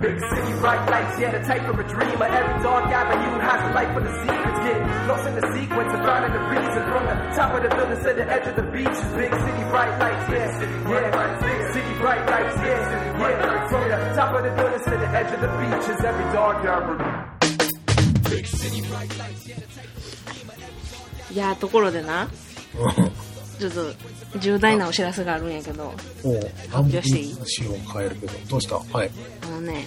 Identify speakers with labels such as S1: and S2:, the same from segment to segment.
S1: Big city, bright lights, yeah, the type of a dreamer. Every dark avenue has a light for the secrets. Get lost in the sequence and finding the reason. From the top of the building to the edge of the beach. Big city, bright lights, yeah, yeah. Big city, bright lights, yeah, yeah. From the top of the building to the edge of the beach is every dark avenue.
S2: いやーところでなちょっと重大なお知らせがあるんやけど
S3: おう、
S2: 発表していい
S3: ランキングの仕様を変えるけど、どうしたはい。
S2: あのね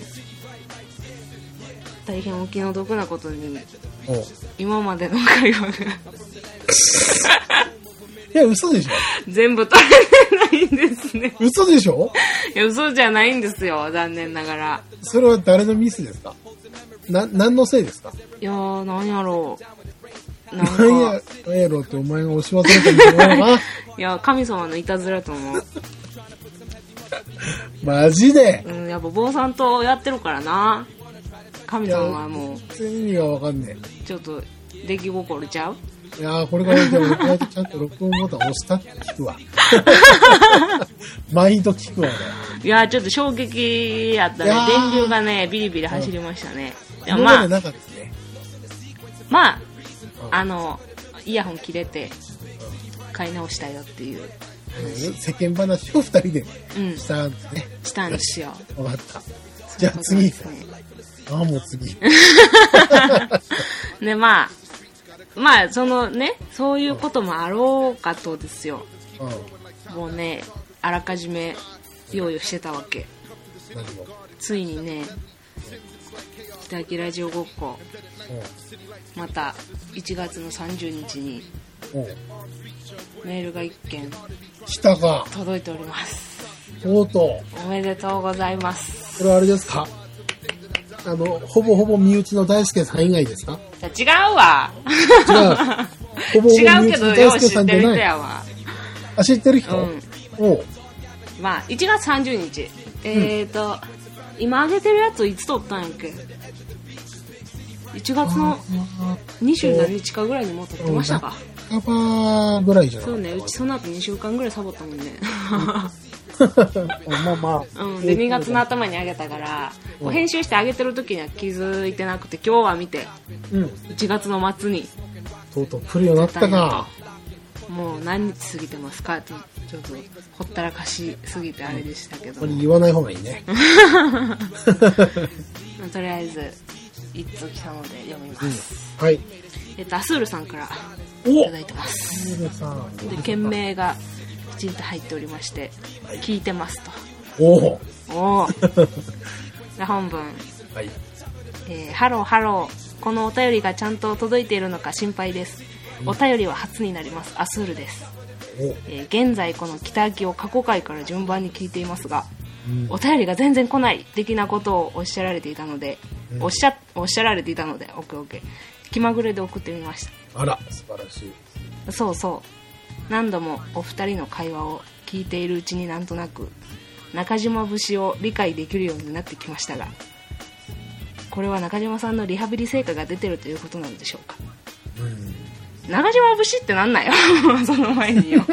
S2: 大変お気の毒なことに
S3: おうい
S2: 今までの会話が
S3: や、嘘でしょ
S2: 全部取れてないんですね
S3: 嘘でしょ
S2: いや嘘じゃないんですよ残念ながら
S3: それは誰のミスですかな、何のせいですか
S2: いやーなんやろうなんか
S3: 何や、何やろうってお前が押し忘れてるんだろう な。
S2: いや神様のいたずらと思う、
S3: マジで
S2: うん、やっぱ坊さんとやってるからな神様はもう
S3: 全然意味がわかんね
S2: ちょっと出来心ちゃう
S3: え。いやー、これからじゃあ俺こうやってちゃんと録音ボタン押したって聞く わ。毎度聞くわね。
S2: いやーちょっと衝撃やったね
S3: いやー
S2: 電流がねビリビリ走りましたね、いや
S3: 今ま
S2: ま
S3: で
S2: あ
S3: なかったね。
S2: まああのイヤホン切れて買い直したよっていう
S3: 世間話を二人で
S2: うん
S3: したんですね。
S2: したんですよ
S3: わかった。 じゃあ次。
S2: そういうことですね
S3: ああ、もう次。
S2: でまあまあそのねそういうこともあろうかとですよ
S3: うん。
S2: もうねあらかじめ用意してたわけ
S3: 何も。
S2: ついにね「キタキラジオごっこ」また1月の30日に
S3: うん。うん。
S2: メールが1件
S3: 来たか。
S2: 届いております
S3: とうと
S2: おめでとうございます
S3: う。これはあれですかあの、ほぼほぼ身内の大輔さん以外ですか
S2: 違うわ
S3: 違 う。ほぼほぼ
S2: 違
S3: 身
S2: うけ
S3: 内の
S2: どよ
S3: 大
S2: う
S3: 輔
S2: 知
S3: さ
S2: っ
S3: んじゃ
S2: てる人
S3: ない。
S2: やわ
S3: あ、知ってる人、
S2: うん
S3: おう。
S2: まあ1月30日えーと、今上げてるやついつ撮ったんやっけ1月の27日かぐらいにもう撮ってましたか
S3: カバーぐらいじゃ
S2: そ
S3: な
S2: う
S3: い
S2: ねうちその後2週間ぐらいサボったも んね
S3: まあまあ。
S2: うん、で2月の頭に上げたから、こう編集して上げてる時には気づいてなくて今日は見て
S3: うん。
S2: 1月の末に
S3: とうとう来るようになったか。
S2: もう何日過ぎてますかってちょっとほったらかしすぎてあれでしたけど、
S3: これ言わない方がいいね。
S2: まあとりあえず1通来たので読みます、
S3: はい。
S2: えっとアスールさんからい
S3: お
S2: ただいてます
S3: ゆうさん。
S2: で件名がきちんと入っておりまして「聞いてます」
S3: おう。
S2: とおおで本文
S3: はい。
S2: えーハローハローこのお便りがちゃんと届いているのか心配ですお便りは初になりますアスールです、
S3: おう。
S2: えー現在この北秋を過去回から順番に聞いていますが
S3: うん
S2: お便りが全然来ない的なことをおっしゃられていたので、おっしゃおっしゃられていたのでオッケーオッケー気まぐれで送ってみまし
S3: あら、素晴らしい。
S2: たそうそう何度もお二人の会話を聞いているうちになんとなく中島節を理解できるようになってきましたがこれは中島さんのリハビリ成果が出てるということなんでしょうか
S3: うん。
S2: 中島節ってなんなんよ その前によ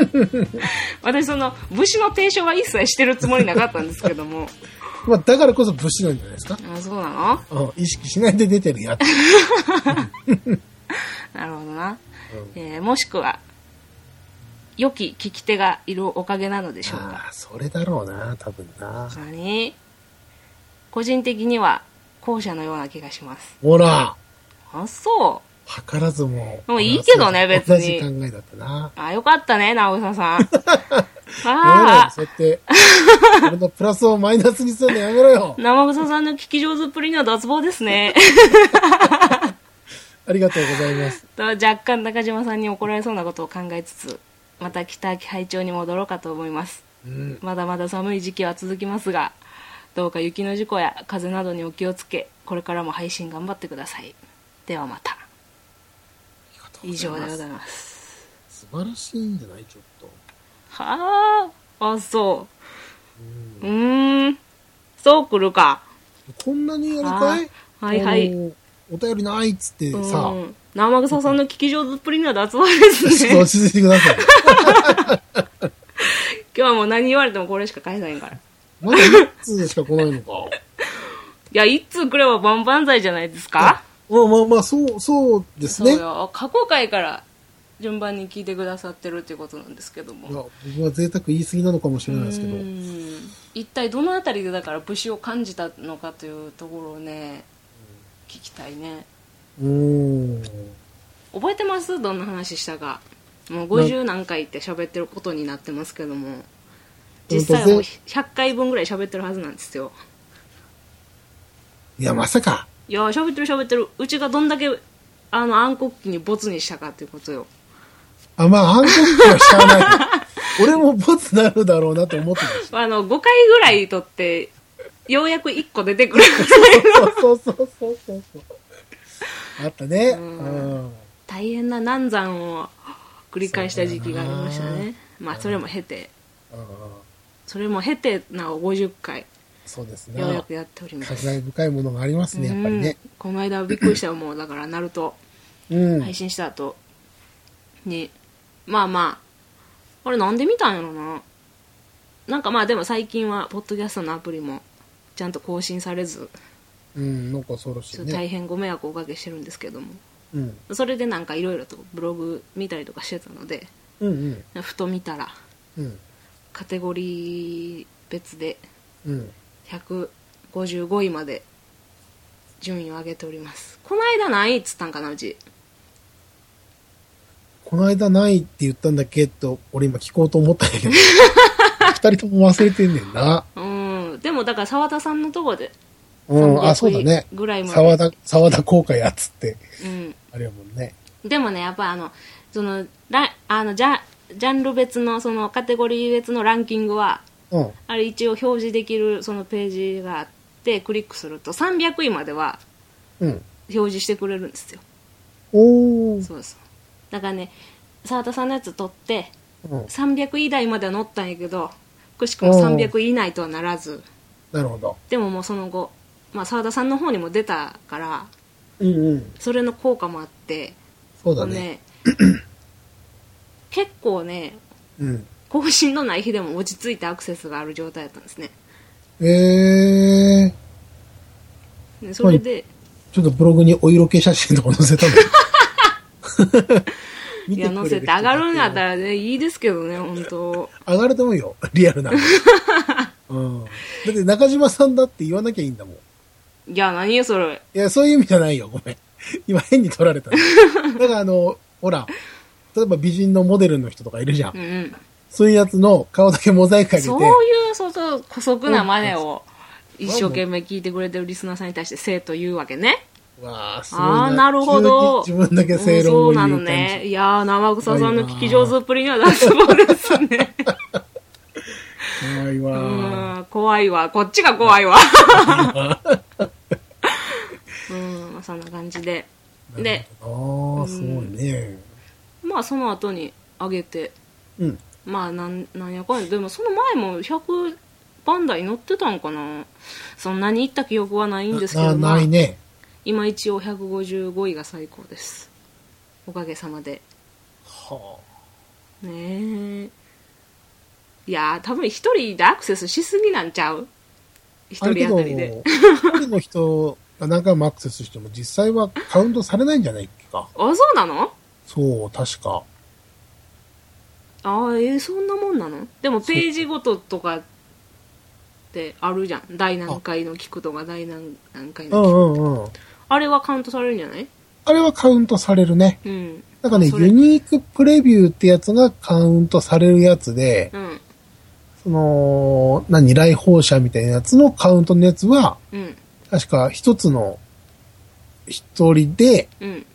S2: 私その節の提唱は一切してるつもりなかったんですけども
S3: まあ、だからこそ武士なんじゃないですか。
S2: あそうなの
S3: うん。意識しないで出てる やつ。
S2: なるほどな、えーもしくは良き聞き手がいるおかげなのでしょうか
S3: ああ、それだろうな、多分な。
S2: 何個人的には後者のような気がします
S3: ほら、
S2: あそう
S3: 図らずも。
S2: もういいけどね別に
S3: 同じ考えだったな。
S2: あよかったね直草さん
S3: や
S2: ああ
S3: めろよ、そうやって。俺のプラスをマイナスにするのやめろよ。
S2: 生草さんの聞き上手っぷりには脱帽ですね
S3: ありがとうございます。
S2: と若干中島さんに怒られそうなことを考えつつまた北秋拝聴に戻ろうかと思います
S3: うん。
S2: まだまだ寒い時期は続きますがどうか雪の事故や風などにお気をつけこれからも配信頑張ってくださいではまた以上でございます
S3: 素晴らしいんじゃないちょっと。
S2: はああそううーんそう来るか
S3: こんなにやりたい
S2: あはいはい
S3: あのお便りないっつって
S2: う
S3: さ、
S2: ん生臭さんの聞き上手っぷりには脱帽です
S3: ちょっと
S2: ね
S3: 落ち着いてください。
S2: 今日はもう何言われてもこれしか返さへんからい
S3: まだ1通しか来ないのか。
S2: や、一通くれば万々歳じゃないですか
S3: まあまあまあ、そう、そうです
S2: そう
S3: ね。
S2: よ。過去回から順番に聞いてくださってるっていうことなんですけど
S3: いや
S2: も。
S3: 僕は贅沢言い過ぎなのかもしれないですけ
S2: う
S3: ど、
S2: ーん一体どのあたりでだから武士を感じたのかというところをね、聞きたいね。
S3: うん。
S2: 覚えてますどんな話したか。もう50何回って喋ってることになってますけども。実際はもう100回分ぐらい喋ってるはずなんですよ。
S3: いや、まさか。
S2: いやー喋ってる喋ってるうちがどんだけあの暗黒期にボツにしたかっていうことよ
S3: あ、まあ、暗黒期はしゃあない。 俺もボツなるだろうなと思ってまし
S2: あの5回ぐらい撮ってようやく1個出てくる
S3: た。そうそうそうそうそうそう。あったね。
S2: ん
S3: うん。
S2: 大変な難産を繰り返した時期がありましたねまあそれも経て
S3: ああ
S2: それも経てなお50回
S3: そうですね
S2: ようや。くやっておりま
S3: 感
S2: す
S3: 慨深いものがありますね、やっぱりね。
S2: うんこの間びっくりしたもうだからナルト
S3: うん。
S2: 配信した後にまあまああれなんで見たんやろななんかまあでも最近はポッドキャストのアプリもちゃんと更新されず
S3: うん、なんか恐ろし
S2: ち
S3: い
S2: ょっと大
S3: ね。
S2: 変ご迷惑をおかけしてるんですけども
S3: うん。
S2: それでなんかいろいろとブログ見たりとかしてたので
S3: うんうん。
S2: ふと見たら
S3: うん。
S2: カテゴリー別で
S3: うん。
S2: 155位まで順位を上げておりますこの間何位っつったんかなうち
S3: この間ないって言ったんだけど、俺今聞こうと思ったん だけど。二人とも忘れてんねんな。
S2: うんでもだから澤田さんのとこで
S3: うん、あ、そうだね。
S2: ぐらいまで
S3: 沢田、沢田効果やっつって。
S2: うん
S3: あれやもんね。
S2: でもねやっぱあのそのラあのジャジャンル別のそのカテゴリー別のランキングは
S3: うん。
S2: あれ一応表示できるそのページがあってクリックすると300位までは
S3: うん。
S2: 表示してくれるんですよ
S3: おー。
S2: そうそうだからね澤田さんのやつ取って
S3: うん。
S2: 300位台までは載ったんやけどくしくも300位以内とはならず
S3: なるほど。
S2: でももうその後まあ澤田さんの方にも出たから
S3: うんうん。
S2: それの効果もあって
S3: そうだね。
S2: ね結構ね
S3: うん。
S2: 更新のない日でも落ち着いたアクセスがある状態だったんですね
S3: えー。
S2: でそれで、
S3: ちょっとブログにお色気写真とか載せたの。
S2: い、や載せて上がるんやった
S3: ら。
S2: らねいいですけどね本当
S3: 上がると思うよ。リアルな。 うん。だって中島さんだって言わなきゃいいんだもん。い
S2: いや何よそれ
S3: や、そういう意味じゃないよ。ごめん。今変に撮られ た。だからあの、ほら、例えば美人のモデルの人とかいるじゃん。
S2: うんうん
S3: そういうやつの顔だけモザイクかけて。
S2: そういうそうそう姑息な真似を一生懸命聞いてくれてるリスナーさんに対して生と言うわけね
S3: わあ、すごいな。
S2: ああーなるほど
S3: 急に自分だけ正論
S2: う
S3: を言
S2: んそう
S3: 感
S2: な
S3: じ。
S2: のねいやー生草さんの聞き上手っぷりには脱帽です ね
S3: 怖いうわ
S2: ん怖いわこっちが怖い わうんまあそんな感じで
S3: ー。
S2: で
S3: ああ、すごいね。
S2: まあその後に上げて
S3: うん。
S2: まあなんなんやかんやでもその前も100番台乗ってたんかなそんなに行った記憶はないんですけ
S3: な
S2: ど、まあ
S3: ないね。
S2: 今一応155位が最高ですおかげさまで
S3: は
S2: ねえいやー多分一人でアクセスしすぎなんちゃう一
S3: あ。ある
S2: 人
S3: け
S2: 当
S3: ど、
S2: たりで
S3: 一人の人が何回もアクセスしても実際はカウントされないんじゃないっけか。
S2: あそうなの
S3: そう、確か。
S2: あーえーそんなもんなのでもページごととかってあるじゃん第何回の聞くとか第何何回
S3: う
S2: の聞く
S3: んうんうん。
S2: あれはカウントされるんじゃない
S3: あれはカウントされるね。
S2: うん
S3: なんかね、
S2: それ
S3: ユニークプレビューってやつがカウントされるやつで、
S2: うん
S3: その、何、来訪者みたいなやつのカウントのやつは、
S2: うん
S3: 確か一つの、一人で
S2: うん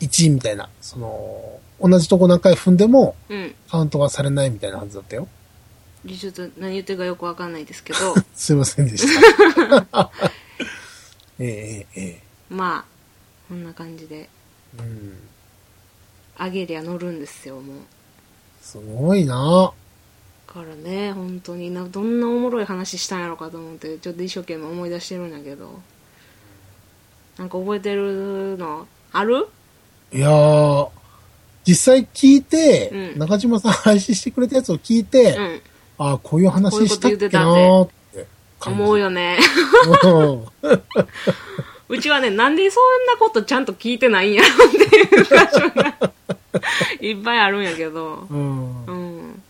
S3: 1位みたいな、その、同じとこ何回踏んでも
S2: うん
S3: カウントがされないみたいなはずだったよ。
S2: ちょっと何言ってるかよくわかんないです けど
S3: すいませんでした。 ええええ
S2: まあこんな感じで
S3: ええうん。
S2: 上げりゃ乗るんですよもう
S3: すごいな
S2: だからね本当になどんなおもろい話したんやろかと思ってちょっと一生懸命思い出してるんだけどなんか覚えてるのある
S3: いやー、実際聞いて、
S2: うん
S3: 中島さん配信してくれたやつを聞いて、
S2: うん
S3: ああ、こういう話したっけな
S2: こういう
S3: ーって、感じ。
S2: 思うよね
S3: うん
S2: うちはねなんでそんなことちゃんと聞いてないんやろっていう箇所が いっぱいあるんやけど
S3: うん
S2: う。ん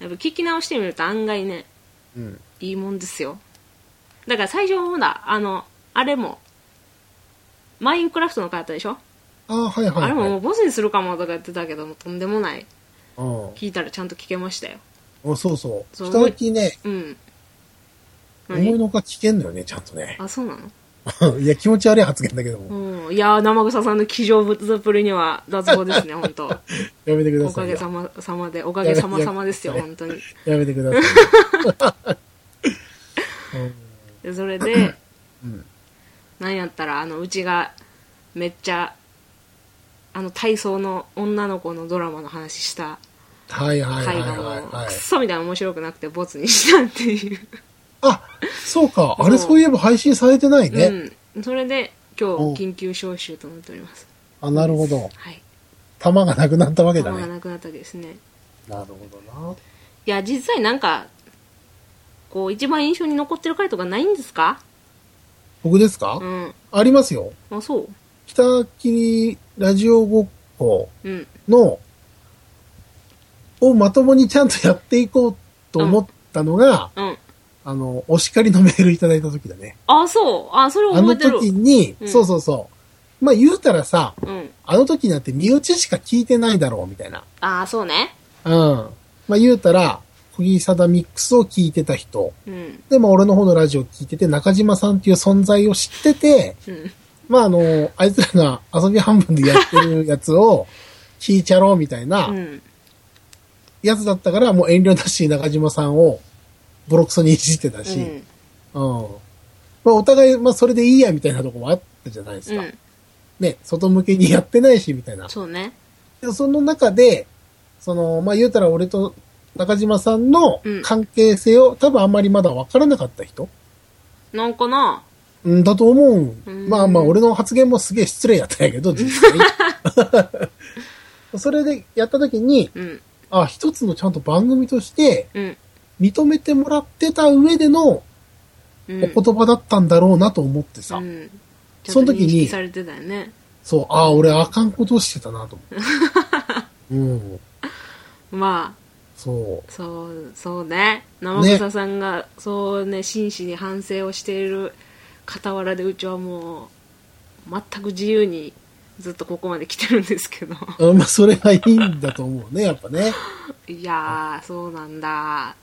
S2: やっぱ聞き直してみると案外ね
S3: うん。
S2: いいもんですよだから最初ほらあのあれもマインクラフトの回あったでしょ、
S3: ああ、はいはい、はい。
S2: あれももうボスにするかもとか言ってたけどもとんでもない
S3: うん
S2: 聞いたらちゃんと聞けましたよ
S3: おそうそう。
S2: そう
S3: 下書きね、
S2: うん
S3: 思
S2: 何
S3: いのほか聞けんのよね、ちゃんとね。
S2: あそうなの
S3: いや、気持ち悪い発言だけども。
S2: うん、いやー生草さんの騎乗物っぷりには脱帽ですね本 当
S3: やめてくだ
S2: お
S3: さ
S2: か
S3: い
S2: げ
S3: よ。
S2: さまさまでおかげさまさまですよ本当に
S3: やめてくださいよ。うん
S2: でそれで
S3: うん
S2: なんやったらあのうちがめっちゃあの体操の女の子のドラマの話した
S3: はいはいはい
S2: 回
S3: は
S2: が
S3: い
S2: もう
S3: は
S2: ク
S3: い。
S2: ソみたいな面白くなくてボツにしたっていう、
S3: あ、そうか。あれそういえば配信されてないね。
S2: うんそれで今
S3: うん
S2: 日緊急招集となっております
S3: あ、なるほど。
S2: はい
S3: 弾がなくなったわけだ
S2: 玉
S3: ね。
S2: が
S3: な
S2: なくなったわけですね
S3: るほど
S2: いや実際なんかこう一番印象に残ってる回とかないんですか
S3: な。僕ですか、
S2: うん
S3: ありますよ。
S2: あそう
S3: 北切ラジオごっこ
S2: うん
S3: の、をまともにちゃんとやっていこうと思ったのが、
S2: うん
S3: あの、お叱りのメールいただいた時だね。
S2: あそうあそれ
S3: あ
S2: 覚
S3: の
S2: えてる
S3: 時に、
S2: うん
S3: そうそうそう。まあ言うたらさ、
S2: うん
S3: あの時なんて身内しか聞いてないだろう、みたいな。
S2: ああそうね
S3: うん。まあ言うたら、小木貞ミックスを聞いてた人。
S2: うん
S3: で、まあ俺の方のラジオ聞いてて、中島さんっていう存在を知ってて、
S2: うん
S3: まああの、あいつらが遊び半分でやってるやつを聞いちゃろうみたいうなんやつだったから、もう遠慮なしに中島さんをボロクソにいじってたし、
S2: う
S3: う
S2: ん
S3: ん。まあお互い、まあそれでいいやみたいなとこもあったじゃないです
S2: う
S3: か。
S2: ん
S3: ね、外向けにやってないしみたいな。
S2: そうね
S3: でその中で、その、まあ言うたら俺と中島さんの
S2: うん
S3: 関係性を、多分あんまりまだ分からなかった人
S2: なんかな
S3: うんだと思うん。
S2: うん
S3: まあまあ、俺の発言もすげえ失礼やったんや けど、実際。 それでやった時に、
S2: うん
S3: あ、一つのちゃんと番組として
S2: うん
S3: 認めてもらってた上での
S2: うん
S3: お言葉だったんだろうなと思ってさ、
S2: うんちゃん
S3: その
S2: と
S3: 時に
S2: 認識されてたよね
S3: そう、あ俺あかんことしてたなと思っ て。うん、
S2: まあ
S3: そう。
S2: そうそうね生草さんが、そうね真摯に反省をしている傍らでうちはもう全く自由にずっとここまで来てるんです けど
S3: うんまあ、それがいいんだと思うね、やっぱね。
S2: いやーそうなんだ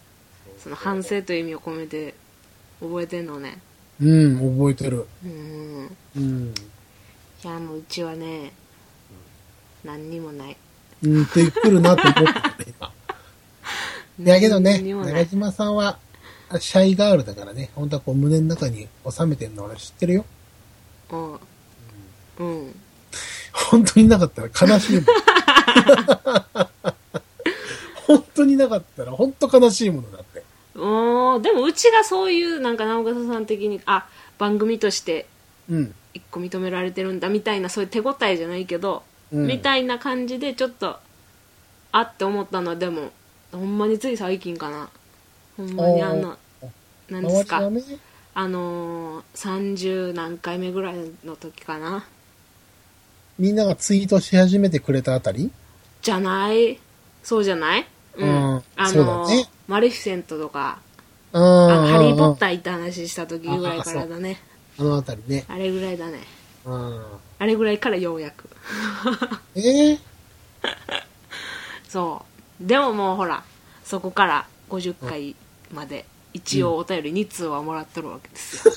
S2: その反省という意味を込めて覚えてんのね
S3: うん、覚えてる。
S2: うん
S3: うん。
S2: いやもううちはね何にもない
S3: うん、ってくるなと思ってた、 今。いやけどね、
S2: 何にもな
S3: 中
S2: い
S3: 島さんは、シャイガールだからね、本当はこう胸の中に収めてんの俺知ってるよ。
S2: うんうん
S3: 本当になかったら悲しいも ん。本当になかったら本当悲しいものだって。
S2: もうでもうちがそういうなんか直笠さん的にあ番組として
S3: うん。
S2: 一個認められてるんだみたいなそういう手応えじゃないけど、
S3: うん
S2: みたいな感じでちょっとあって思ったのはでもほんまについ最近かなほんまにあの
S3: おー
S2: 何ですか、
S3: 周りがね、
S2: あのー、30何回目ぐらいの時かな
S3: みんながツイートし始めてくれたあたり
S2: じゃないそうじゃないうん、
S3: うん
S2: あ
S3: そう
S2: の
S3: だ
S2: ー
S3: ね
S2: マレフィセントとか
S3: うん。
S2: あ
S3: あ
S2: ハリー・ポッター行った話した時ぐらいからだね
S3: あのあたりね。
S2: あれぐらいだね
S3: うん。
S2: あれぐらいからようやく
S3: えー、
S2: そうでももうほらそこから50回まで一応お便り2通はもらっとるわけですよ、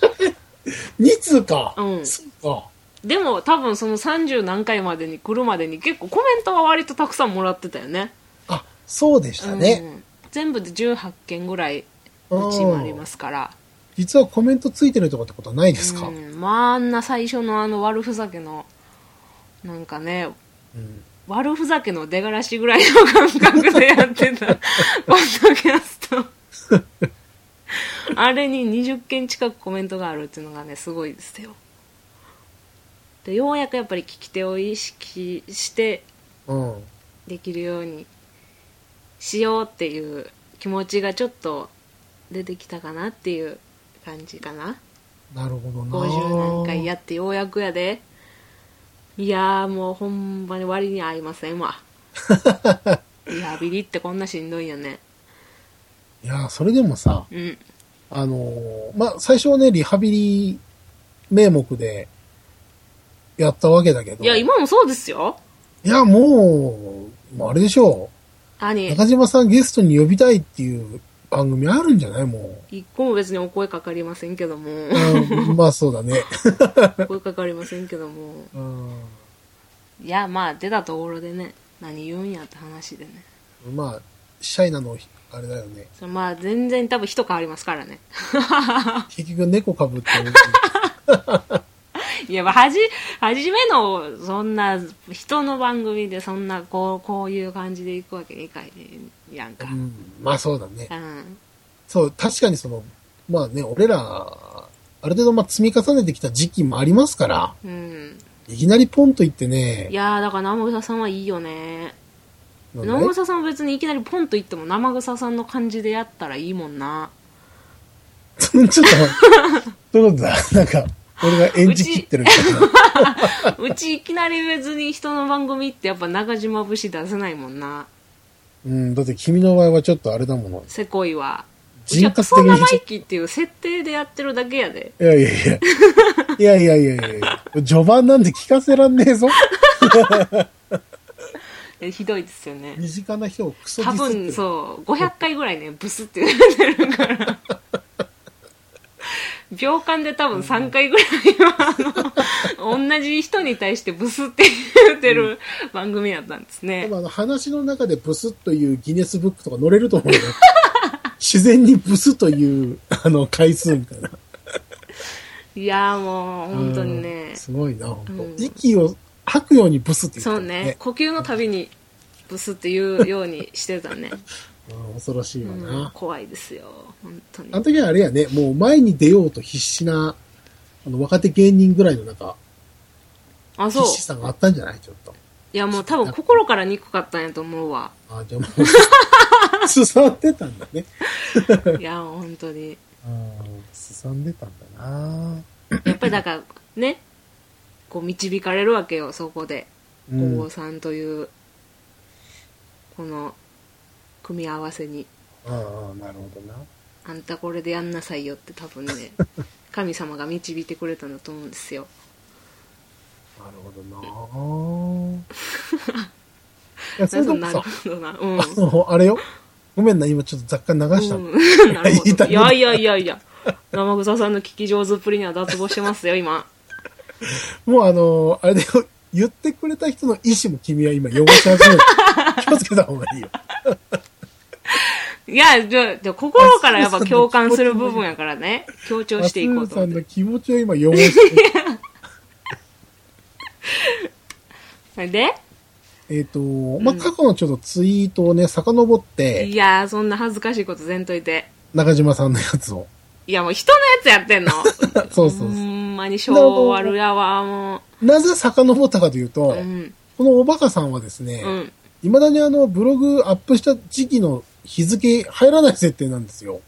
S3: 二通か。
S2: うん
S3: そうか。
S2: でも多分その30何回までに来るまでに結構コメントは割とたくさんもらってたよね
S3: あ、そうでしたね。
S2: うん、全部で18件ぐらいうちもありますから
S3: 実はコメントついてるとかってことはないですか、
S2: う
S3: うん
S2: ん、まああんな最初のあの悪ふざけのなんかね悪ふざけの出がらしぐらいの感覚でやってたポッドキャストあれに20件近くコメントがあるっていうのがねすごいですよでようやくやっぱり聞き手を意識して
S3: うん。
S2: できるようにしようっていう気持ちがちょっと出てきたかなっていう感じかな
S3: なるほどな
S2: 50何回やってようやくやでいやーもうほんまに割に合いませんわリハビリってこんなしんどいよね
S3: いやーそれでもさ、
S2: うん
S3: あのーまあ、最初はね、リハビリ名目でやったわけだけど。
S2: いや今もそうですよ
S3: いや、もう、もうあれでしょう。
S2: 兄
S3: 中島さんゲストに呼びたいっていう番組あるんじゃないも
S2: 一個も別にお声かかりませんけども
S3: う。 うん、まあそうだね。
S2: お声かかりませんけども
S3: うん、
S2: いやまあ出たところでね何言うんやって話でね
S3: まあ、シャイなの、あれだよね。
S2: それまあ全然多分人変わりますからね
S3: 結局猫かぶって る。
S2: いやまあはじ初めのそんな人の番組でそんなこうこういう感じで行くわけにいかへんやん
S3: う
S2: か、
S3: ん、まあそうだね
S2: う。ん
S3: そう、確かにその、まあね、俺ら、ある程度まあ積み重ねてきた時期もありますから、
S2: うん、
S3: いきなりポンと言ってね
S2: い、やーだから生臭さんはいいよね
S3: なんだい
S2: 生臭さんは別にいきなりポンと言っても生臭さんの感じでやったらいいも んな
S3: ちょっと待って、どういうことだなんか、俺が演じ切ってるみたい な。
S2: うちいきなり別に人の番組ってやっぱ中島節出せないもんな
S3: うん、だって君の場合はちょっとあれだもの。
S2: せこいはうち
S3: 人
S2: はク
S3: 格
S2: ソ
S3: 的に
S2: 生意気っていう設定でやってるだけやで
S3: いやいやいや。いやいやいやいやいや。序盤なんて聞かせらんねえぞ。
S2: えひどいですよね
S3: 身近な人をクソデ
S2: 多
S3: ィスって
S2: 分
S3: る。
S2: そう500回ぐらいねブスって言ってるから秒間で多分3回ぐらいはあの同じ人に対してブスって言ってる番組やったんです
S3: で
S2: ね、
S3: もあの話の中でブスというギネスブックとか載れると思う よ。自然にブスという、あの、回数みたいな。
S2: いやーもう本当に
S3: う
S2: ね
S3: んすごいな、本当、
S2: うん
S3: 息を吐くようにブスって言って
S2: そうね呼吸のたびにブスって言うようにしてたね、
S3: たねうん恐ろしいよな。
S2: うん、怖いですよ本当に
S3: あの時はあれやね、もう前に出ようと必死な、あの、若手芸人ぐらいのなんか、
S2: あそう
S3: 必死さがあったんじゃないちょっと。
S2: いやもう多分心から憎かったんやと思うわ
S3: あじゃあもう、 すさんでたんだね。
S2: いや本当に
S3: うん、すさんでたんだな
S2: やっぱりだからねこう導かれるわけよそこで
S3: う
S2: 五
S3: ん
S2: 郷さんという、この組み合わせに
S3: ああ、なるほどな。
S2: あんたこれでやんなさいよって多 分ね神様が導いてくれたんだと思うんですよ
S3: なるほ どないや、それとも
S2: な
S3: さ
S2: る、ほどなうん、
S3: あの、あれよ。ごめんな、今ちょっと雑貨流したの。
S2: うん、なるほ
S3: 言いた
S2: ど
S3: い
S2: いやいやいやいや生臭さんの聞き上手っぷりには脱帽してますよ今
S3: もうあの、あれで言ってくれた人の意思も君は今汚し始め る。気をつけた方がいいよ。
S2: いやじゃあじゃあ心からやっぱ共感する部分やからね強調していこうと
S3: 松浦さ
S2: 思
S3: ん
S2: っ
S3: の
S2: て
S3: 気持ちを今汚してる。
S2: それで
S3: えっと、まあ、過去のちょっとツイートをね、遡って
S2: い、やーそんな恥ずかしいことせんといて
S3: 中島さんのやつを。
S2: いやもう人のやつやってんの
S3: そうそうそ
S2: ほんまに昭和るやわも
S3: う。なぜ遡ったかというと
S2: うう、ん
S3: このおバカさんはですね
S2: う、ん
S3: 未だにあの、ブログアップした時期の日付入らない設定なんですよ。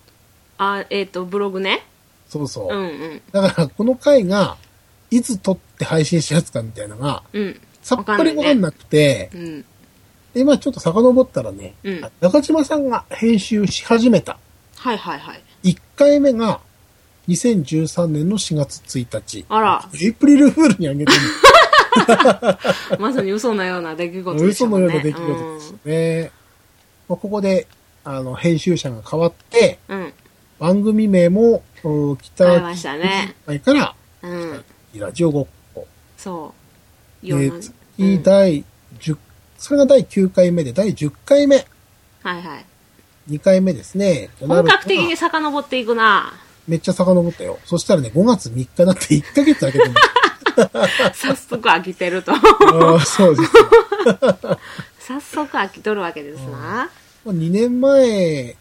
S2: あえっ、とブログね
S3: そうそうう。
S2: んうん
S3: だから、この回が、いつ撮って配信したやつかみたいなのが、
S2: うん
S3: さっぱりわかんなくて
S2: う、ん
S3: 今ちょっと遡ったらね、
S2: うん
S3: 中島さんが編集し始めた
S2: はいはいはい
S3: 1回目が2013年の4月1日。
S2: あら
S3: エイプリルフールにあげ て
S2: まさに嘘のような出来
S3: る、
S2: 事でした
S3: 嘘
S2: も
S3: の
S2: ん
S3: ような
S2: ね
S3: 出来事ですね。まあここで、あの、編集者が変わって、
S2: うん、うん
S3: 番組名も、うん
S2: 変え
S3: 北
S2: まし たね
S3: 前から、
S2: うん、
S3: ラジオごっこ。
S2: そう
S3: え
S2: 世の、
S3: ー次、
S2: うん、はい
S3: 第10、それが第9回目で、第10回目、
S2: はい
S3: 2回目ですね。
S2: 本格的
S3: なる
S2: に遡ってい くな
S3: めっちゃ遡ったよ。そしたらね、5月3日だって1ヶ月だけで も。
S2: 早速飽きてると
S3: ああ、そうです。
S2: 早速飽きとるわけですな
S3: まあ、2年前、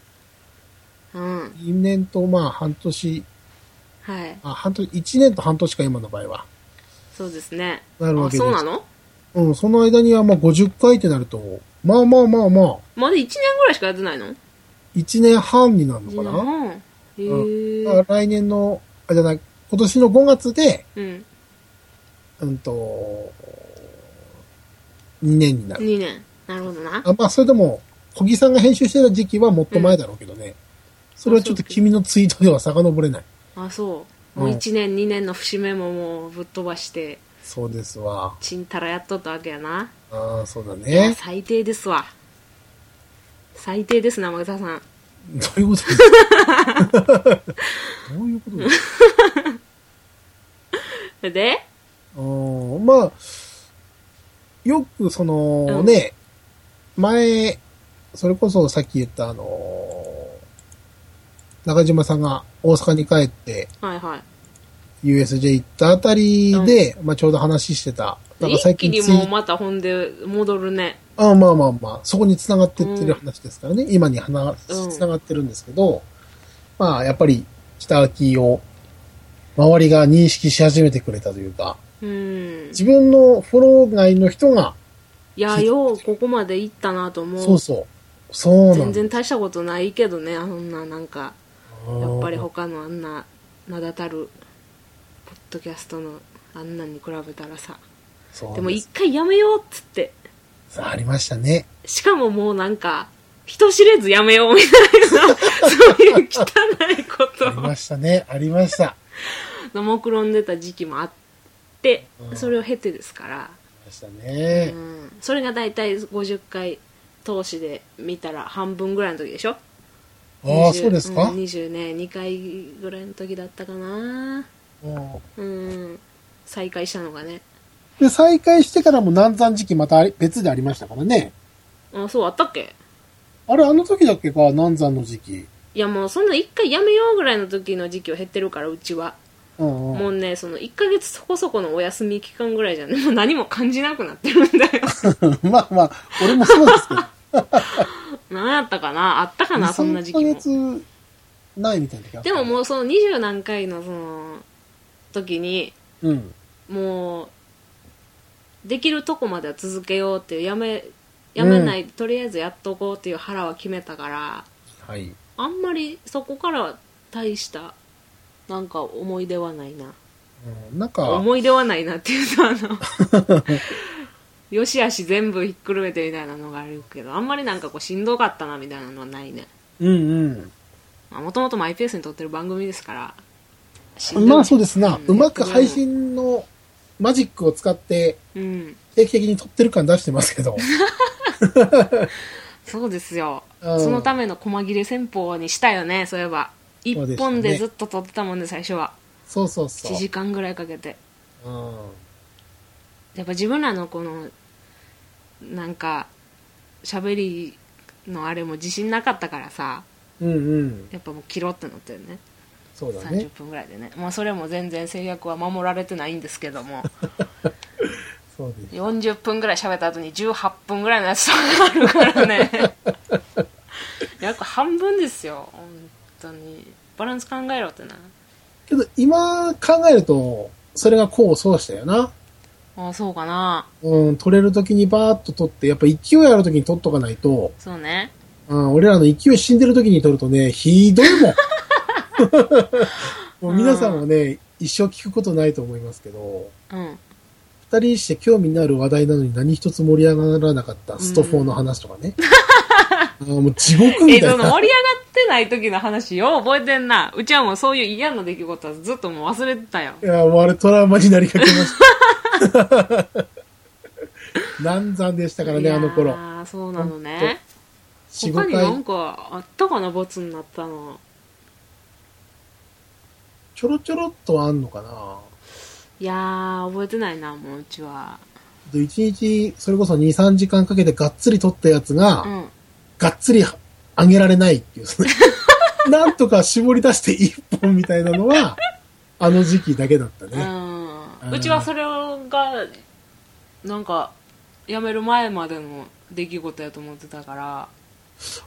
S2: うん
S3: 2年とまあ半年、
S2: はい
S3: あ、半年、1年と半年か今の場合は。
S2: そうですね
S3: なるわ
S2: あ
S3: けです
S2: そうなの
S3: うん、その間にはまあ50回ってなると、まあまあまあまあ、
S2: まだ1年ぐらいしかやってないの
S3: 1年半になるのかな
S2: うんへ
S3: うん、
S2: え
S3: だから来年の、あ、じゃない、今年の5月で、
S2: うん
S3: うんと、2年になる。
S2: 2年なるほどな
S3: あまあ、それでも、小木さんが編集してた時期はもっと前だろうけどね。それはちょっと君のツイートでは遡れない。
S2: あそうもう
S3: うん
S2: 1年2年の節目ももうぶっ飛ばして
S3: そうですわ。
S2: ちんたらやっとったわけやな
S3: ああ、そうだ
S2: いや
S3: ね。
S2: 最低ですわ最低です生田さん
S3: どういうことですか どういうことですか
S2: で
S3: うんまあ、よくその
S2: うん
S3: ね、前、それこそさっき言ったあの、中島さんが大阪に帰って
S2: はいはい
S3: USJ 行ったあたりで、まあちょうど話してた。なんか
S2: 一
S3: 最
S2: 気
S3: 近
S2: に
S3: ツイ
S2: もうまた本で戻るね
S3: あまあまあまあ、そこに繋がってってる話ですからね。今に話、繋がってるんですけど、まあやっぱり北秋を周りが認識し始めてくれたというか、
S2: うん
S3: 自分のフォロー外の人が
S2: いやようここまで行ったなと思う
S3: そうそう。そうな
S2: 全
S3: んだ。
S2: 然大したことないけどねあんななんかやっぱり他のあんな名だたるポッドキャストのあんなんに比べたらさ
S3: そう
S2: で
S3: でも
S2: も一回やめようっつって
S3: さあ、ありましたね。
S2: しかももうなんか人知れずやめようみ たいなそういう汚いこ
S3: あり
S2: と
S3: ましたね。ありました。あ
S2: を目論んでた時期もあって
S3: うん
S2: それを経てですから、
S3: りました
S2: う
S3: ね。
S2: ん、それが大体50回投資で見たら半分ぐらいの時でしょ
S3: ああ、
S2: 20
S3: そうですか
S2: ん、20ね2回ぐらいの時だったかな
S3: うん
S2: うん再開したのがね
S3: で、再開してからも難産時期またあり別でありましたからね。
S2: あそうあったっけ
S3: あれ、あの時だっけか、難産の時期。
S2: いやもうそんな一回やめようぐらいの時の時期は減ってるからうちは、
S3: うんうん。
S2: もうねその1ヶ月そこそこのお休み期間ぐらいじゃねもう何も感じなくなってる んだよ
S3: まあまあ、俺もそうですけ ど。
S2: 何やったかなあったかなそんな時期
S3: 2
S2: も
S3: 3ヶ月ないみたいな時あった
S2: でももうその20何回のその時に
S3: う。うん。
S2: もうできるとこまでは続けようっていうやめやめない、とりあえずやっとこうっていう腹は決めたから
S3: はい。
S2: あんまりそこからは大したなんか思い出はないな
S3: うんなんか、
S2: 思い出はないなっていうとあの よしあし全部ひっくるめてみたいなのがあるけどあんまりなんかこうしんどかったなみたいなのはないね
S3: うんうん。
S2: もともとマイペースに撮ってる番組ですからしんどい
S3: まあそうですな。
S2: ん
S3: うまく配信のマジックを使って、
S2: うん
S3: 定期的に撮ってる感出してますけ ど。
S2: そうですよ、
S3: うん
S2: そのための細切れ戦法にしたよねそういえば
S3: うで
S2: 一
S3: したね
S2: 本でずっと撮ってたもんね最初は
S3: そうそうそう。
S2: 1時間ぐらいかけて
S3: うん
S2: やっぱ自分らのこのなんか喋りのあれも自信なかったからさ
S3: うんうん。
S2: やっぱもう切ろうってなったよね
S3: そうだ
S2: 30
S3: ね。
S2: 分ぐらいでねまあそれも全然制約は守られてないんですけど も
S3: そうです。
S2: 40分ぐらい喋った後に18分ぐらいのやつがあるからね 約半分ですよ本当にバランス考えろってな
S3: けど、今考えると、それが功を奏したよな。
S2: ああそうかな
S3: うん、取れる時にバーッと取って、やっぱ勢いある時に取っとかないと、
S2: そうね
S3: うん、俺らの勢い死んでる時に取るとね、ひど いもん。もう皆さんはね、一生聞くことないと思いますけど、
S2: うん
S3: 二人して興味のある話題なのに何一つ盛り上がらなかったスト4の話とか ね。あーもう地獄
S2: え
S3: み
S2: そ
S3: た
S2: の
S3: い
S2: 盛り上が
S3: な。
S2: ってない時の話よう覚えてんなうちはもうそういう嫌な出来事はずっともう忘れてたよ
S3: いや、もうあれトラウマになりかけました。 難産でしたからね、あの頃。
S2: ああそうなのね
S3: 四
S2: 他
S3: 五
S2: にな
S3: 回
S2: ん、かあったかなボツになったの
S3: ちょろちょろっとあんのかな。
S2: いやー覚えてないなもううちは
S3: で一日、それこそ2、3時間かけてがっつり取ったやつが、
S2: うん
S3: がっつり上げられない っていうですね。なんとか絞り出して1本みたいなのは、あの時期だけだった
S2: う
S3: ね。
S2: ん
S3: うん
S2: うちはそれがなんか辞める前までの出来事やと思ってたから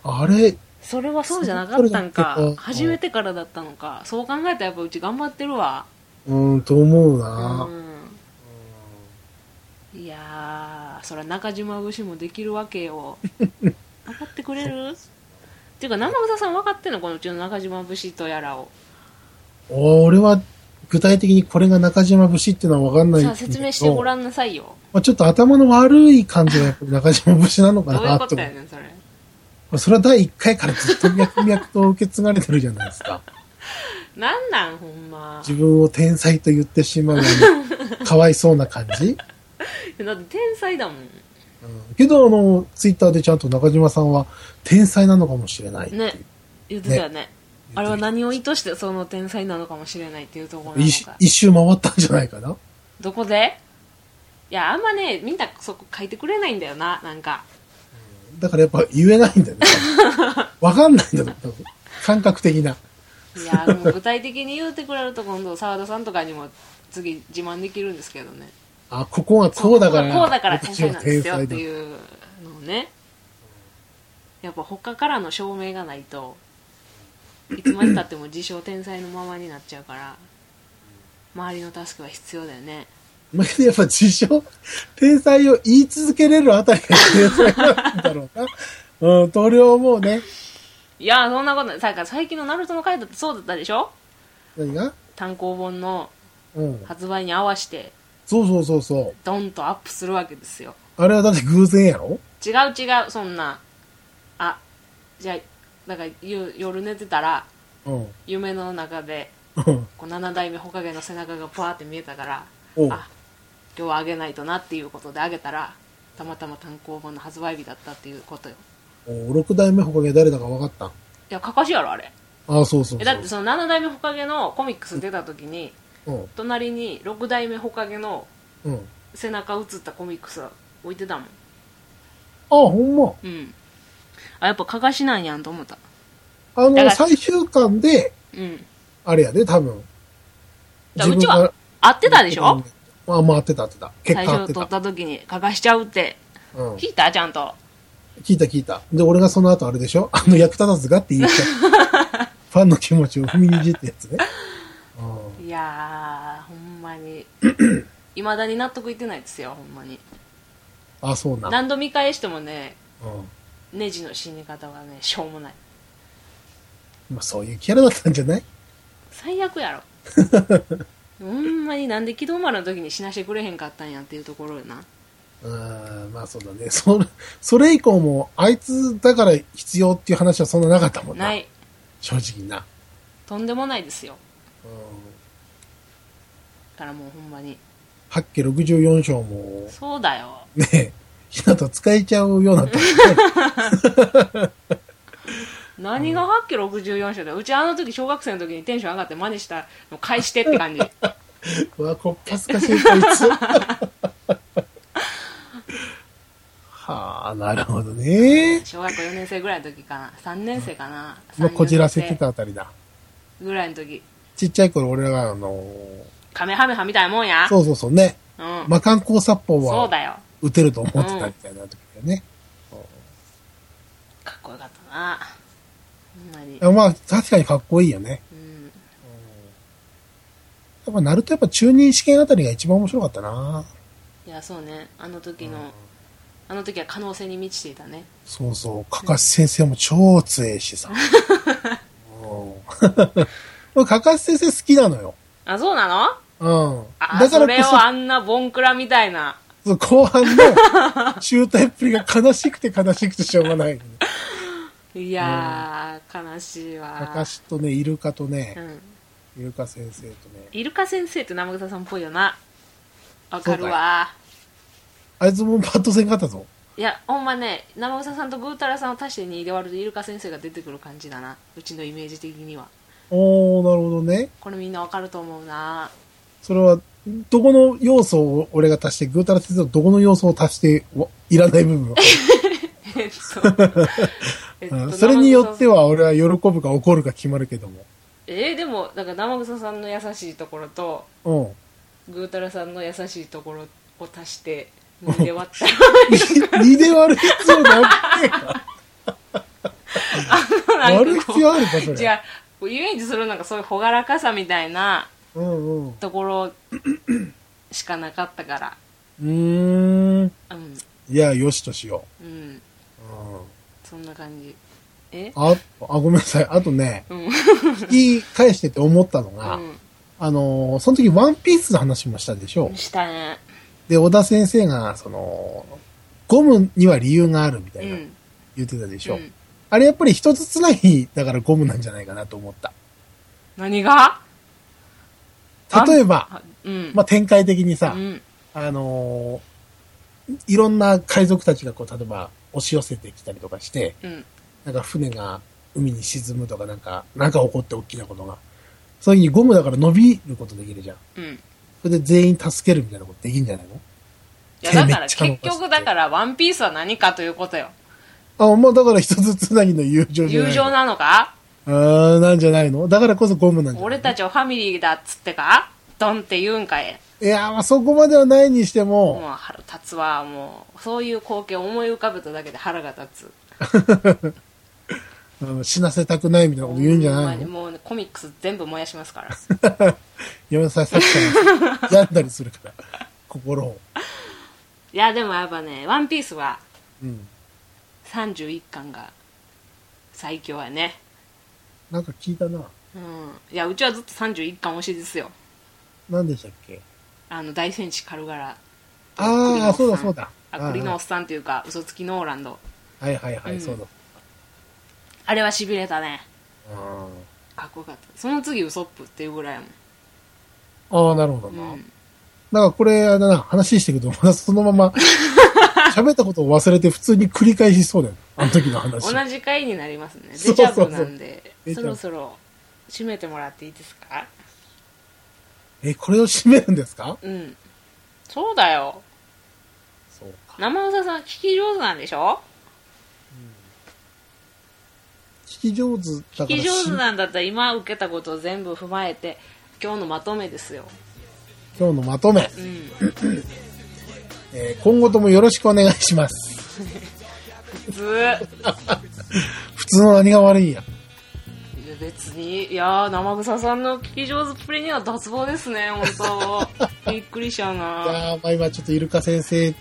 S3: あれ、
S2: それはそうじゃなかったんか
S3: そうだったか
S2: 初めてからだったのかそう考えたらやっぱうち頑張ってるわ
S3: うーん、と思うな、
S2: うん いやーそりゃ中島節もできるわけよ分かってくれるていうか生臭さん分かってんのこのうちの中島節とやらを
S3: 俺は具体的にこれが中島節っていうのは分かんないん
S2: さ
S3: だ
S2: あ
S3: けど
S2: 説明してごらんなさいよ
S3: まあ、ちょっと頭の悪い感じがやっぱり中島節なのか
S2: どういう
S3: な
S2: ことと
S3: 思
S2: や
S3: う。
S2: ねんそれ
S3: それは第1回からずっと脈々と受け継がれてるじゃないです か。
S2: なんなんほんま
S3: 自分を天才と言ってしまうよう な、かわいそうな感じ。
S2: だって天才だもん
S3: うんけど、あの、ツイッターでちゃんと中島さんは天才なのかもしれない。
S2: ね言ってたよねあれは何を意図してその天才なのかもしれないっていうところなの
S3: 一
S2: か
S3: 一周回ったんじゃないかな。
S2: どこでいやあんまねみんなそこ書いてくれないんだよななんか
S3: だからやっぱ言えないんだ よね。わかんないんだよ、多分感覚的な。
S2: いやもう具体的に言うてくれると今度澤田さんとかにも次自慢できるんですけどね
S3: あ、ここがこうだから、
S2: こうだから
S3: 私
S2: 天才
S3: は
S2: なんで
S3: 天
S2: すよっ
S3: 才
S2: て
S3: だ。
S2: いうのをねやっぱ他からの証明がないといつまでたっても自称天才のままになっちゃうから周りのタスクは必要だよね
S3: まあ、けどやっぱ自称、天才を言い続けれるあたりが天才なんだろうな。うん、同僚もね、
S2: いやそんなことないさ最近の「ナルトの回だってそうだったでしょ
S3: 何が
S2: 単行本の
S3: うん。
S2: 発売に合わせて
S3: そうそうそうそう。
S2: ドンとアップするわけですよ
S3: あれはだって偶然やろ
S2: 違う違うそんなあじゃあだからゆ夜寝てたら
S3: うん。
S2: 夢の中で
S3: うん。
S2: こう7代目ホカゲの背中がパーって見えたから
S3: おう
S2: あ今日はあげないとなっていうことであげたらたまたま単行本の発売日だったっていうことよ
S3: おう六代目ほかげ誰だか分かった
S2: いやかかしやろあれ
S3: ああ、そうそう
S2: え
S3: そ
S2: だって
S3: う。
S2: その7代目ホカゲのコミックス出た時に
S3: うん。
S2: 隣に6代目ホカゲの
S3: うん。あ
S2: 背中映ったコミックス置いてたもん
S3: あ、ほんま。
S2: うんあやっぱかかしなんやんと思った
S3: あ
S2: だか
S3: の、
S2: ら
S3: 最終巻で、
S2: うん
S3: あれやで、多分。
S2: だからうちは合ってたでしょ
S3: まあまあ、合ってた合ってた。結
S2: 最
S3: 果合っ
S2: 初
S3: て。
S2: 取ったた時にかかしちゃうって
S3: うん。
S2: 聞いたちゃんと
S3: 聞いた聞いた。で、俺がその後あれでしょ あの役立たずがって言っちゃ った。ファンの気持ちを踏みにじってやつね。うん
S2: いやーほん まにいまだに納得いってないですよほんまに
S3: あ、そうな。
S2: 何度見返してもね
S3: うん。
S2: ネジの死に方がねしょうもない
S3: まあそういうキャラだったんじゃない
S2: 最悪や ろほんまになんで軌道丸の時に死なしてくれへんかったんやっていうところよな
S3: うん、まあそうだね。それ、それ以降も、あいつだから必要っていう話はそんななかったもんな。
S2: ない
S3: 正直な。
S2: とんでもないですよ
S3: うん。
S2: だからもうほんまに
S3: 八家64章も、
S2: そうだよ
S3: ね、 ひなた使えちゃうように なったしね。
S2: 何が8キロ64章だようちあの時小学生の時にテンション上がって真似したの返してっ て感じ
S3: うわ、こっぱずかしい、こい つ。はあ、なるほどね。
S2: 小学校4年生ぐらいの時かな3年生かな、
S3: まあ、こじらせて
S2: 3年
S3: たあたりだ。
S2: 生ぐらいの時
S3: ちっちゃい頃、俺らが、あのー
S2: カメハメハみたいなもんや
S3: そうそうそうね、
S2: うん、
S3: 魔漢光殺法
S2: そう
S3: は
S2: だよ
S3: 打てると思ってたみたいな時だよね。
S2: かっこよかったなほんまに
S3: いやまあ、確かにかっこいいよね。
S2: うん
S3: やっぱ、ナルトやっぱ中任試験あたりが一番面白かったな。
S2: いやそうねあの時の、あの時は可能性に満ちていたね
S3: そうそう、かかし先生も超強いし さ。うん 俺、かかし先生好きなのよ。
S2: あそうなの
S3: うん。
S2: あ
S3: だ
S2: そ
S3: か
S2: れを
S3: ら
S2: あんなボンクラみたいな
S3: こそ、後半 の中途っぷりが悲しくて悲しくてしょうがない。
S2: いやー、悲しいわ
S3: かかしとね、イルカと
S2: う
S3: ね、
S2: ん、
S3: イルカ先生とね。
S2: イルカ先生って生草さんっぽいよなわかるわ
S3: あいつもパッとせんかったぞ。
S2: いやほんまね生草さんとぐーたらさんを足して2で割るとイルカ先生が出てくる感じだなうちのイメージ的には
S3: おー、なるほどね。
S2: これみんなわかると思うな
S3: それは、どこの要素を俺が足して、ぐーたら先生のどこの要素を足して、わいらない部 分を。
S2: えっとえっ
S3: う
S2: と
S3: んそれによっては俺は喜ぶか怒るか決まるけども。
S2: えーでもだから生草さんの優しいところと
S3: うん。
S2: ぐーたらさんの優しいところを足して2で割ったら
S3: 二で割る必要なくて
S2: なんかこう
S3: 割る必要あるか、そ
S2: じ
S3: れ。
S2: ゃあこうイメージするなんかそういう朗らかさみたいな
S3: うんうん。う
S2: ところしかなかったから
S3: ーん。
S2: うん
S3: いや、よしとしよ
S2: うん
S3: う。うん。
S2: そんな感じえ
S3: あ、あ、ごめんなさい。あとね、
S2: うん。
S3: 聞き返してて思ったのが、
S2: う
S3: あのーその時ワンピースの話もしたでしょ
S2: ん。。したね。
S3: で、小田先生が、その、ゴムには理由があるみた
S2: う
S3: いな、
S2: ん。
S3: 言ってたでし
S2: う
S3: ょ。
S2: ん
S3: あれやっぱり一つつなぎだからゴムなんじゃないかなと思った。
S2: 何が
S3: 例えば、
S2: あうん。
S3: まあ、展開的にさ、
S2: うん。
S3: あのーいろんな海賊たちがこう、例えば押し寄せてきたりとかして、
S2: うん。
S3: なんか船が海に沈むとかなんか、なんか起こって大きなことが。そういうふうにゴムだから伸びることできるじゃん。
S2: うん。
S3: それで全員助けるみたいなことできんじゃないの
S2: いや、だか
S3: め
S2: ら、
S3: っちゃ
S2: 結
S3: 残して
S2: 局だから、ワンピースは何かということよ。
S3: あ、まあだから一つつなぎの友情じゃな
S2: 友
S3: い
S2: 情
S3: の。
S2: なのか
S3: あーなんじゃないのだからこそゴムなんじゃない
S2: 俺たちをファミリーだっつってかドンって言うんかい。
S3: いやー、まあそこまではないにして
S2: もう
S3: も、
S2: 腹立つわ。もう、そういう光景を思い浮かべただけで腹が立つ。
S3: うん死なせたくないみたいなこと言うんじゃ
S2: ほ
S3: な
S2: ま
S3: い
S2: に
S3: の
S2: もうコミックス全部燃やしますから。
S3: やめなさい、さっきから病んだりするから、 心を。
S2: いや、でもやっぱね、ワンピースは
S3: うん。
S2: 31巻が最強やね。
S3: なんか聞いたな。
S2: うん。いや、うちはずっと31巻推しですよ。
S3: 何でしたっけ
S2: あの、大戦士カルガラ。
S3: ああ、そうだそうだ。
S2: あ、栗のおっ
S3: は
S2: さんというか、嘘つきノーランド。
S3: いはいは
S2: うん
S3: い、そうだ。
S2: あれは痺れたね。
S3: あ
S2: かっこよかった。その次ウソップっていうぐらいやもん。
S3: あー、なるほどな。
S2: うん
S3: だからこれ、あれだな、話していくと、まだそのま ま、喋ったことを忘れて普通に繰り返しそうだよ。あの時の話。
S2: 同じ回になりますね
S3: そうそ
S2: デジ
S3: う
S2: ャ
S3: そう
S2: ブなんで
S3: デジ
S2: そ
S3: ャブ
S2: ろそろ締めてもらっていいですか
S3: え、これを締めるんですか
S2: うんそうだよ
S3: そうか。
S2: 生歌さん聞き上手なんでしょ
S3: 聞き上手だ
S2: 聞
S3: から
S2: き
S3: し
S2: 上手なんだったら今受けたことを全部踏まえて今日のまとめですよ
S3: 今日のまとめ、
S2: うん
S3: えー今後ともよろしくお願いします。
S2: 普通
S3: 普通の何が悪いんや。
S2: いや別にいやー生草さんの聞き上手っぷりには脱帽ですね本当びっくりしちゃ う
S3: い
S2: な
S3: やーまあ今ちょっとイルカ先生っ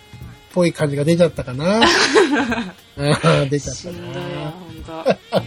S3: ぽ い感じが出ちゃったかな。あー出ちゃっ
S2: したんどい
S3: な
S2: わ。本